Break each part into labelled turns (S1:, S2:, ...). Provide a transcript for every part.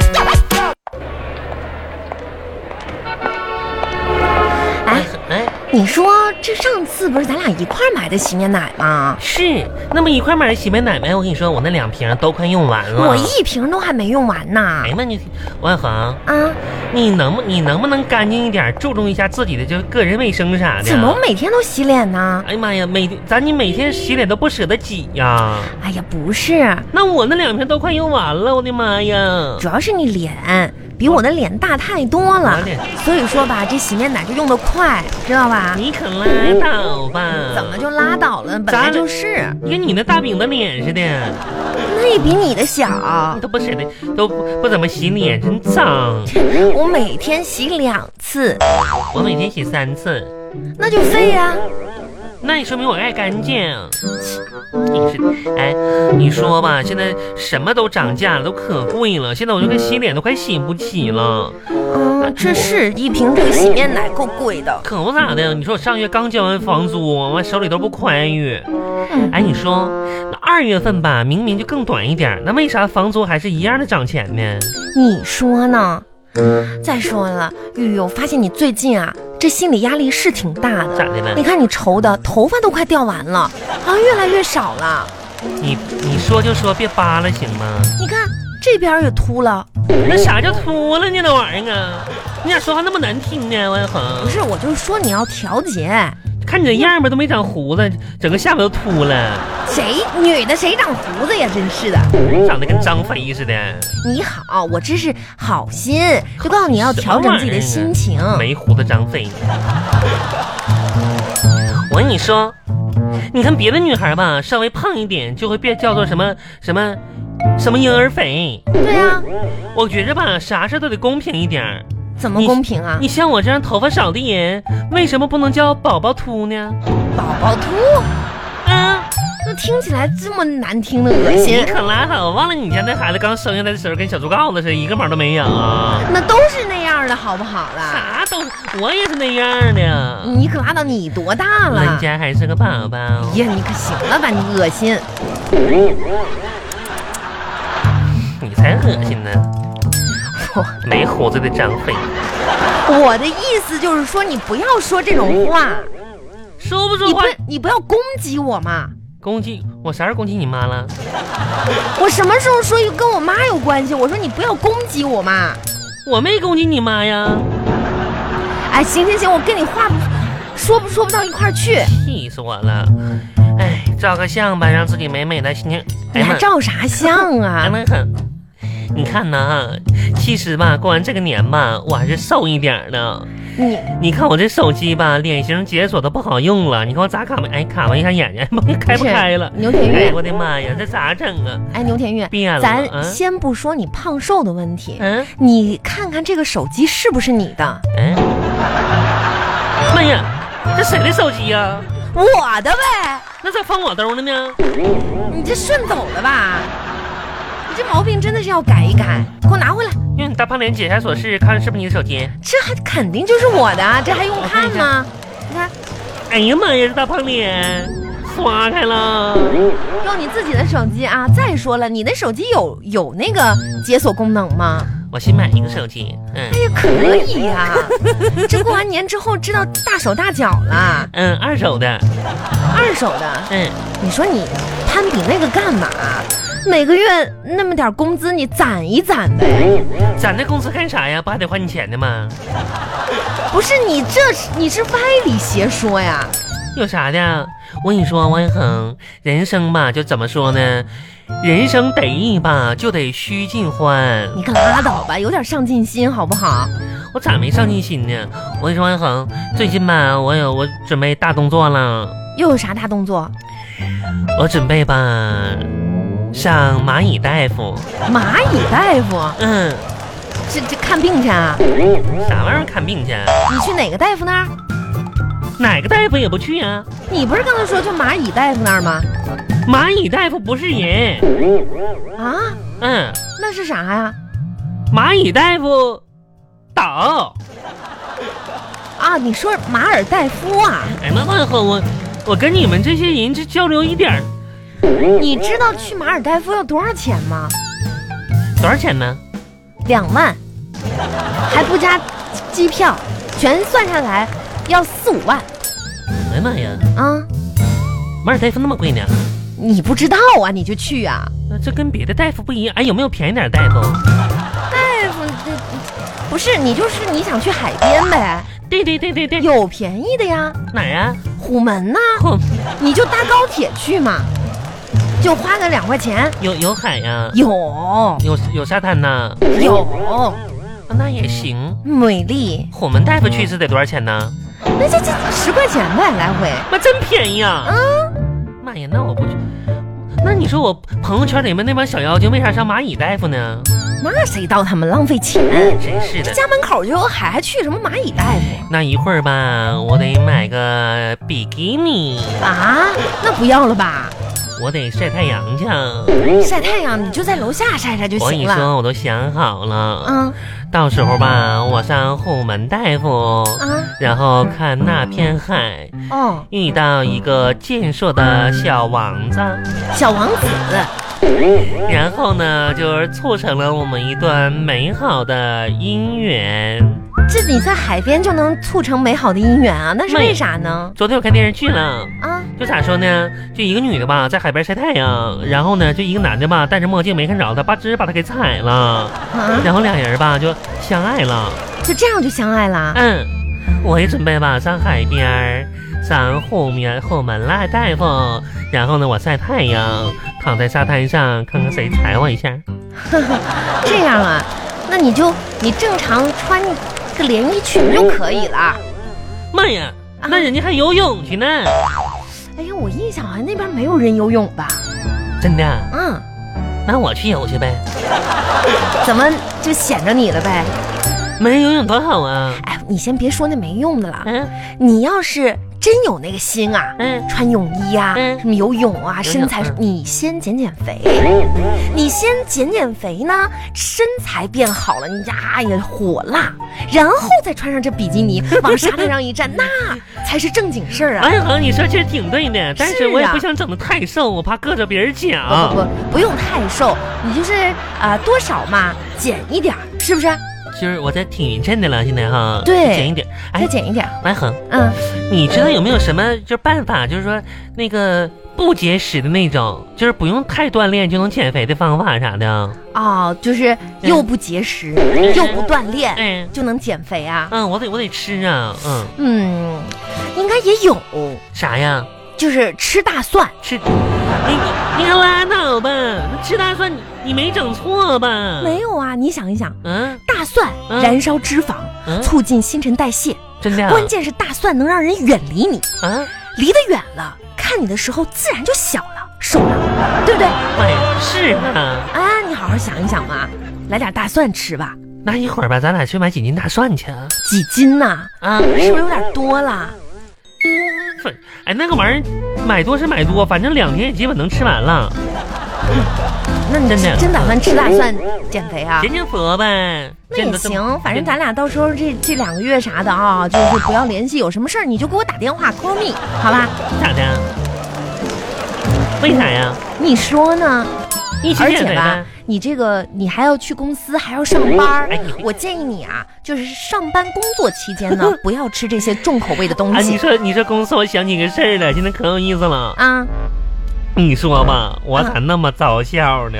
S1: 哎
S2: 哎啊你说这上次不是咱俩一块儿买的洗面奶吗？
S1: 是，那么一块买的洗面奶呗。我跟你说，我那两瓶都快用完了。
S2: 我一瓶都还没用完呢
S1: 哎。呀妈，你万恒，
S2: 啊，
S1: 你能不你能不能干净一点，注重一下自己的就是个人卫生啥的？
S2: 怎么每天都洗脸呢？
S1: 哎呀妈呀，每天咱你每天洗脸都不舍得挤呀。
S2: 哎呀，不是，
S1: 那我那两瓶都快用完了，我的妈呀！
S2: 主要是你脸比我的脸大太多
S1: 我
S2: 了
S1: 脸，
S2: 所以说吧，这洗面奶就用的快，知道吧？
S1: 你可拉倒吧！
S2: 怎么就拉倒了？本来
S1: 咱
S2: 就是，
S1: 跟你那大饼子脸似的，
S2: 那也比你的小
S1: 你。都不舍得，都不不怎么洗脸，真脏。
S2: 我每天洗两次，
S1: 我每天洗三次，
S2: 那就废啊呀、
S1: 那也说明我爱干净。你是哎，你说吧，现在什么都涨价了，都可贵了。现在我就跟洗脸都快洗不起了，
S2: 嗯，这是一瓶这个洗面奶够贵的。
S1: 可不咋的。你说我上月刚交完房租，完手里都不宽裕。
S2: 嗯，
S1: 哎，你说那二月份吧，明明就更短一点，那为啥房租还是一样的涨钱呢？
S2: 你说呢？再说了，玉玉，我发现你最近啊，这心理压力是挺大的。
S1: 咋的了
S2: 你？看你愁的头发都快掉完了，好像越来越少了。
S1: 你你说就说，别扒拉行吗？
S2: 你看这边儿也秃了，
S1: 那啥叫秃了呢？那玩意儿啊，你咋说话那么难听呢？万
S2: 不
S1: 恒，
S2: 是，我就是说你要调节。
S1: 看你这样吧，都没长胡子，整个下巴都秃了，
S2: 谁女的谁长胡子呀？真是的。
S1: 长得跟张飞似的。
S2: 你好，我这是好心，就告诉你要
S1: 什
S2: 调
S1: 么
S2: 整自己
S1: 玩意儿
S2: 的心情。
S1: 没胡子张飞。我跟你说，你看别的女孩吧，稍微胖一点就会被叫做什么什么什么婴儿肥。
S2: 对啊，
S1: 我觉着吧，啥事都得公平一点儿。
S2: 怎么
S1: 你
S2: 公平啊？
S1: 你像我这样头发少的人，为什么不能叫宝宝秃呢？
S2: 宝宝秃，
S1: 啊？
S2: 那听起来这么难听的恶
S1: 你
S2: 心，
S1: 可拉倒！忘了你家那孩子刚生下来的时候跟小猪羔子似的，一个毛都没有啊！
S2: 那都是那样的，好不好啦？
S1: 啥都，我也是那样的。
S2: 你可拉倒，你多大了？
S1: 人家还是个宝宝。
S2: 哎呀，你可行了吧？你恶心，
S1: 你才恶心呢！
S2: 我
S1: 没胡子的张飞，
S2: 我的意思就是说，你不要说这种话，
S1: 嗯说不
S2: 你
S1: 说
S2: 不
S1: 话？
S2: 你不要攻击我嘛。
S1: 攻击我啥时候攻击你妈了？
S2: 我什么时候说跟我妈有关系？我说你不要攻击我嘛。
S1: 我没攻击你妈呀！
S2: 哎，行行行，我跟你话不说不说不到一块儿去，
S1: 气死我了！哎，照个相吧，让自己美美的心情。哎
S2: 你
S1: 呀妈
S2: 还照啥相
S1: 哎
S2: 啊？
S1: 妈很。你看呐，其实吧，过完这个年吧，我还是瘦一点儿的。
S2: 你
S1: 你看我这手机吧，脸型解锁都不好用了。你看我咋卡没？哎，卡完一下眼睛， 开不开了
S2: 是。牛田
S1: 哎，
S2: 玉，
S1: 我的妈呀，这咋整啊？
S2: 哎，牛田玉，
S1: 变了
S2: 咱
S1: 嗯
S2: 先不说你胖瘦的问题，
S1: 嗯
S2: 你看看这个手机是不是你的？
S1: 嗯，妈呀，这谁的手机呀、
S2: 我的呗，
S1: 那咋放我兜了呢？
S2: 你这顺走了吧？你这毛病真的是要改一改，给我拿回来。
S1: 用你大胖脸解下锁试试看是不是你的手机？
S2: 这还肯定就是我的，啊这还用看吗？你看，
S1: 哎呀妈呀，这大胖脸刷开了。
S2: 用你自己的手机啊。再说了，你的手机有有那个解锁功能吗？
S1: 我新买一个手机，嗯
S2: 哎呀，可以呀、这过完年之后知道大手大脚了，
S1: 嗯，二手的，
S2: 二手的，
S1: 嗯，
S2: 你说你攀比那个干嘛？每个月那么点工资，你攒一攒呗。
S1: 攒那工资干啥呀？不还得还你钱的吗？
S2: 不是你这是你是歪理邪说呀？
S1: 有啥的？我跟你说，王一恒，人生吧，就怎么说呢？人生得意吧，就得须尽欢。
S2: 你可拉倒吧，有点上进心好不好？
S1: 我咋没上进心呢？我跟你说，王一恒，最近吧，我有我准备大动作了，
S2: 又有啥大动作？
S1: 我准备吧上蚂蚁大夫。
S2: 蚂蚁大夫，
S1: 嗯，
S2: 这这看病去啊？
S1: 啥玩意儿看病去？啊
S2: 你去哪个大夫那儿？
S1: 哪个大夫也不去啊？
S2: 你不是刚才说去蚂蚁大夫那儿吗？
S1: 蚂蚁大夫不是人。
S2: 啊，
S1: 嗯，
S2: 那是啥呀？
S1: 蚂蚁大夫倒。
S2: 啊，你说马尔代夫啊？
S1: 哎呀妈，万恒，我我跟你们这些人这交流一点儿
S2: 你知道去马尔代夫要多少钱吗？
S1: 多少钱呢？
S2: 两万，还不加机票，全算下来要四五万。
S1: 哎呀妈呀，
S2: 啊，
S1: 马尔大夫那么贵呢？
S2: 你不知道啊，你就去啊。
S1: 那这跟别的大夫不一样。哎，有没有便宜点的大夫？
S2: 大夫，这不是你就是你想去海边呗？
S1: 对对对对对，
S2: 有便宜的呀，
S1: 哪儿啊？
S2: 虎门呐、
S1: 哼，
S2: 你就搭高铁去嘛，就花个两块钱。
S1: 有有海呀、
S2: 有
S1: 有有沙滩呐、
S2: 有，
S1: 啊那也行。
S2: 美丽，
S1: 虎门大夫去一次得多少钱呢？
S2: 那这这十块钱呗，来回。
S1: 妈，真便宜啊！
S2: 嗯，
S1: 妈呀，那我不去。那你说我朋友圈里面那帮小妖精为啥上蚂蚁大夫呢？
S2: 那谁到他们浪费钱？
S1: 真是的。
S2: 家门口就有海，还去什么蚂蚁大夫
S1: 那一会儿吧，我得买个比基尼，
S2: 啊？那不要了吧，
S1: 我得晒太阳去。
S2: 晒太阳你就在楼下晒晒就
S1: 我跟
S2: 行
S1: 你
S2: 了。
S1: 说，我都想好了。
S2: 嗯
S1: 到时候吧，我上后门大夫，
S2: 啊
S1: 然后看那片海，
S2: 哦，
S1: 遇到一个健硕的小王子，
S2: 小王子，
S1: 然后呢，就是促成了我们一段美好的姻缘。
S2: 这你在海边就能促成美好的姻缘啊？那是为啥呢？
S1: 昨天我看电视剧了，
S2: 啊，
S1: 就咋说呢？就一个女的吧，在海边晒太阳，然后呢，就一个男的吧，戴着墨镜没看着她，吧吱把她给踩了，
S2: 啊，
S1: 然后俩人吧就相爱了。
S2: 就这样就相爱啦？
S1: 嗯，我也准备吧，上海边儿，上后面后门来大夫，然后呢，我晒太阳，躺在沙滩上，看看谁踩我一下。
S2: 这样啊，那你就你正常穿个连衣裙就可以了。
S1: 妈呀，那人家还游泳去呢，
S2: 哎呀，我印象好像那边没有人游泳吧？
S1: 真的？
S2: 嗯，
S1: 那我去游去呗，
S2: 怎么就显着你了呗？
S1: 没人游泳多好啊！
S2: 哎，你先别说那没用的了，
S1: 嗯
S2: 你要是真有那个心啊，
S1: 嗯，
S2: 穿泳衣啊，
S1: 嗯
S2: 什么游泳啊，
S1: 游泳
S2: 身材
S1: 嗯，
S2: 你先减减肥，你先减减肥呢，身材变好了，你呀也火辣，然后再穿上这比基尼往沙滩上一站，那才是正经事儿啊！
S1: 哎呀，你说这挺对的，但
S2: 是
S1: 是我也
S2: 啊
S1: 不想整的太瘦，我怕硌着别人
S2: 不不
S1: 脚。
S2: 不，不用太瘦，你就是啊、呃多少嘛，减一点儿，是不是？
S1: 就是我在挺匀称的了，现在哈，
S2: 对
S1: 减一点。
S2: 再
S1: 哎，
S2: 减一点儿，
S1: 来恒，
S2: 嗯，
S1: 你知道有没有什么就是办法，就是说那个不节食的那种，就是不用太锻炼就能减肥的方法啥的？啊
S2: 哦，就是又不节食，又不锻炼，
S1: 嗯
S2: 就能减肥啊？
S1: 嗯，我得我得吃啊，嗯，
S2: 嗯，应该也有，
S1: 啥呀？
S2: 就是吃大蒜。
S1: 吃，你你你可拉倒吧，吃大蒜你你没整错吧？
S2: 没，有啊，你想一想，
S1: 嗯
S2: 大蒜
S1: 嗯
S2: 燃烧脂肪，
S1: 嗯，
S2: 促进新陈代谢，
S1: 真的啊，
S2: 关键是大蒜能让人远离你，
S1: 啊，
S2: 离得远了，看你的时候自然就小了，瘦了，对不对？
S1: 妈呀，哎是啊，
S2: 啊，你好好想一想嘛，来点大蒜吃吧，
S1: 那一会儿吧，咱俩去买几斤大蒜去啊。
S2: 几斤呐、
S1: 啊，
S2: 是不是有点多了？
S1: 反哎，那个玩意儿买多是买多，反正两天也基本能吃完了，
S2: 那你
S1: 真的
S2: 真打算吃大蒜减肥啊？
S1: 减减佛呗。
S2: 那
S1: 见
S2: 也
S1: 得这么
S2: 行，反正咱俩到时候这这两个月啥的啊，就是不要联系，有什么事儿你就给我打电话 call me，好吧？
S1: 咋的？啊为啥呀？
S2: 你说呢？
S1: 一起
S2: 而
S1: 减
S2: 且
S1: 肥
S2: 吧
S1: 呗。，
S2: 你这个你还要去公司，还要上班儿
S1: 哎你。
S2: 我建议你啊，就是上班工作期间 呢，不要吃这些重口味的东
S1: 啊，你
S2: 西
S1: 说你说公司，我想起个事儿来，现在可有意思了。
S2: 啊。
S1: 你说吧，我咋
S2: 啊
S1: 那么早笑呢？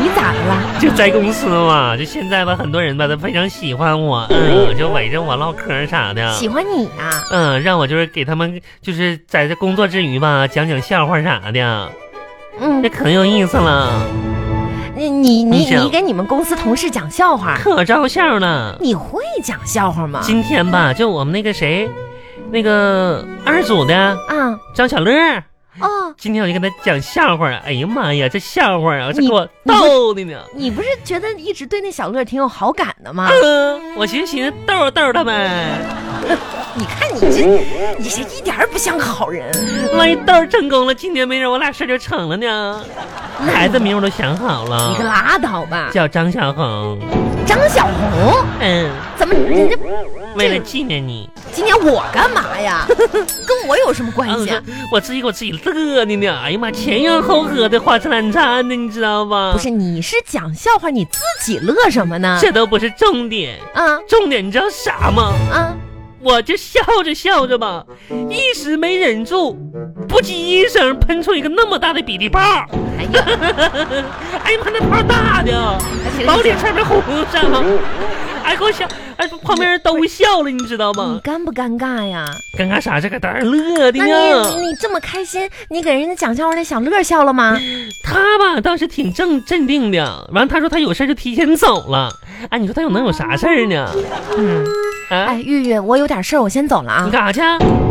S2: 你咋的了？
S1: 就在公司嘛，就现在吧，很多人吧都非常喜欢我，嗯，就围着我唠嗑啥的，
S2: 喜欢你啊？
S1: 嗯，让我就是给他们就是在这工作之余吧，讲讲笑话啥的，
S2: 嗯
S1: 这，可有意思了，
S2: 你你
S1: 哎你
S2: 你
S1: 想
S2: 你给你们公司同事讲笑话，
S1: 可招笑了。
S2: 你会讲笑话吗？
S1: 今天吧，就我们那个谁，那个二组的
S2: 啊
S1: 张小乐，
S2: 哦，
S1: 今天我就跟他讲笑话儿。哎呀妈呀，这笑话儿啊，这
S2: 你
S1: 给我逗的呢。
S2: 你不是觉得一直对那小乐挺有好感的 吗？
S1: 嗯，我寻思寻思逗逗他们，
S2: 你看你这，你这一点儿不像个好人。
S1: 万一逗成功了，今年没准我俩事儿就成了呢。 孩子名我都想好
S2: 哎你可
S1: 了，
S2: 拉倒吧，
S1: 叫张小红。
S2: 张小红，
S1: 嗯，
S2: 怎么人家
S1: 为了纪念你，
S2: 今年我干嘛呀？跟我有什么关
S1: 啊我
S2: 系啊
S1: 说？我自己给我自己乐的呢。哎呀妈，前仰后合的，花枝乱颤的，你知道吧？
S2: 不是，，你是讲笑话，你自己乐什么呢？
S1: 这都不是重点，
S2: 啊
S1: 重点你知道啥吗？
S2: 啊，
S1: 我这笑着笑着吧，一时没忍住，不叽一声喷出一个那么大的比例泡。
S2: 哎呀，
S1: 哎呀妈，那泡大的，把我脸差点糊上了。哎，给我笑！哎，旁边人都笑了，你知道
S2: 你
S1: 吗？
S2: 尴不尴尬呀？
S1: 尴尬啥？这搁当然乐的
S2: 那
S1: 呢。
S2: 你你这么开心，你给人家讲笑话那小乐笑了吗？
S1: 他吧倒是挺正镇定的，完了他说他有事儿就提前走了。哎，你说他有能有啥事儿呢？嗯，啊，
S2: 哎哎，玉玉，我有点事儿，我先走了啊
S1: 你。干啥去？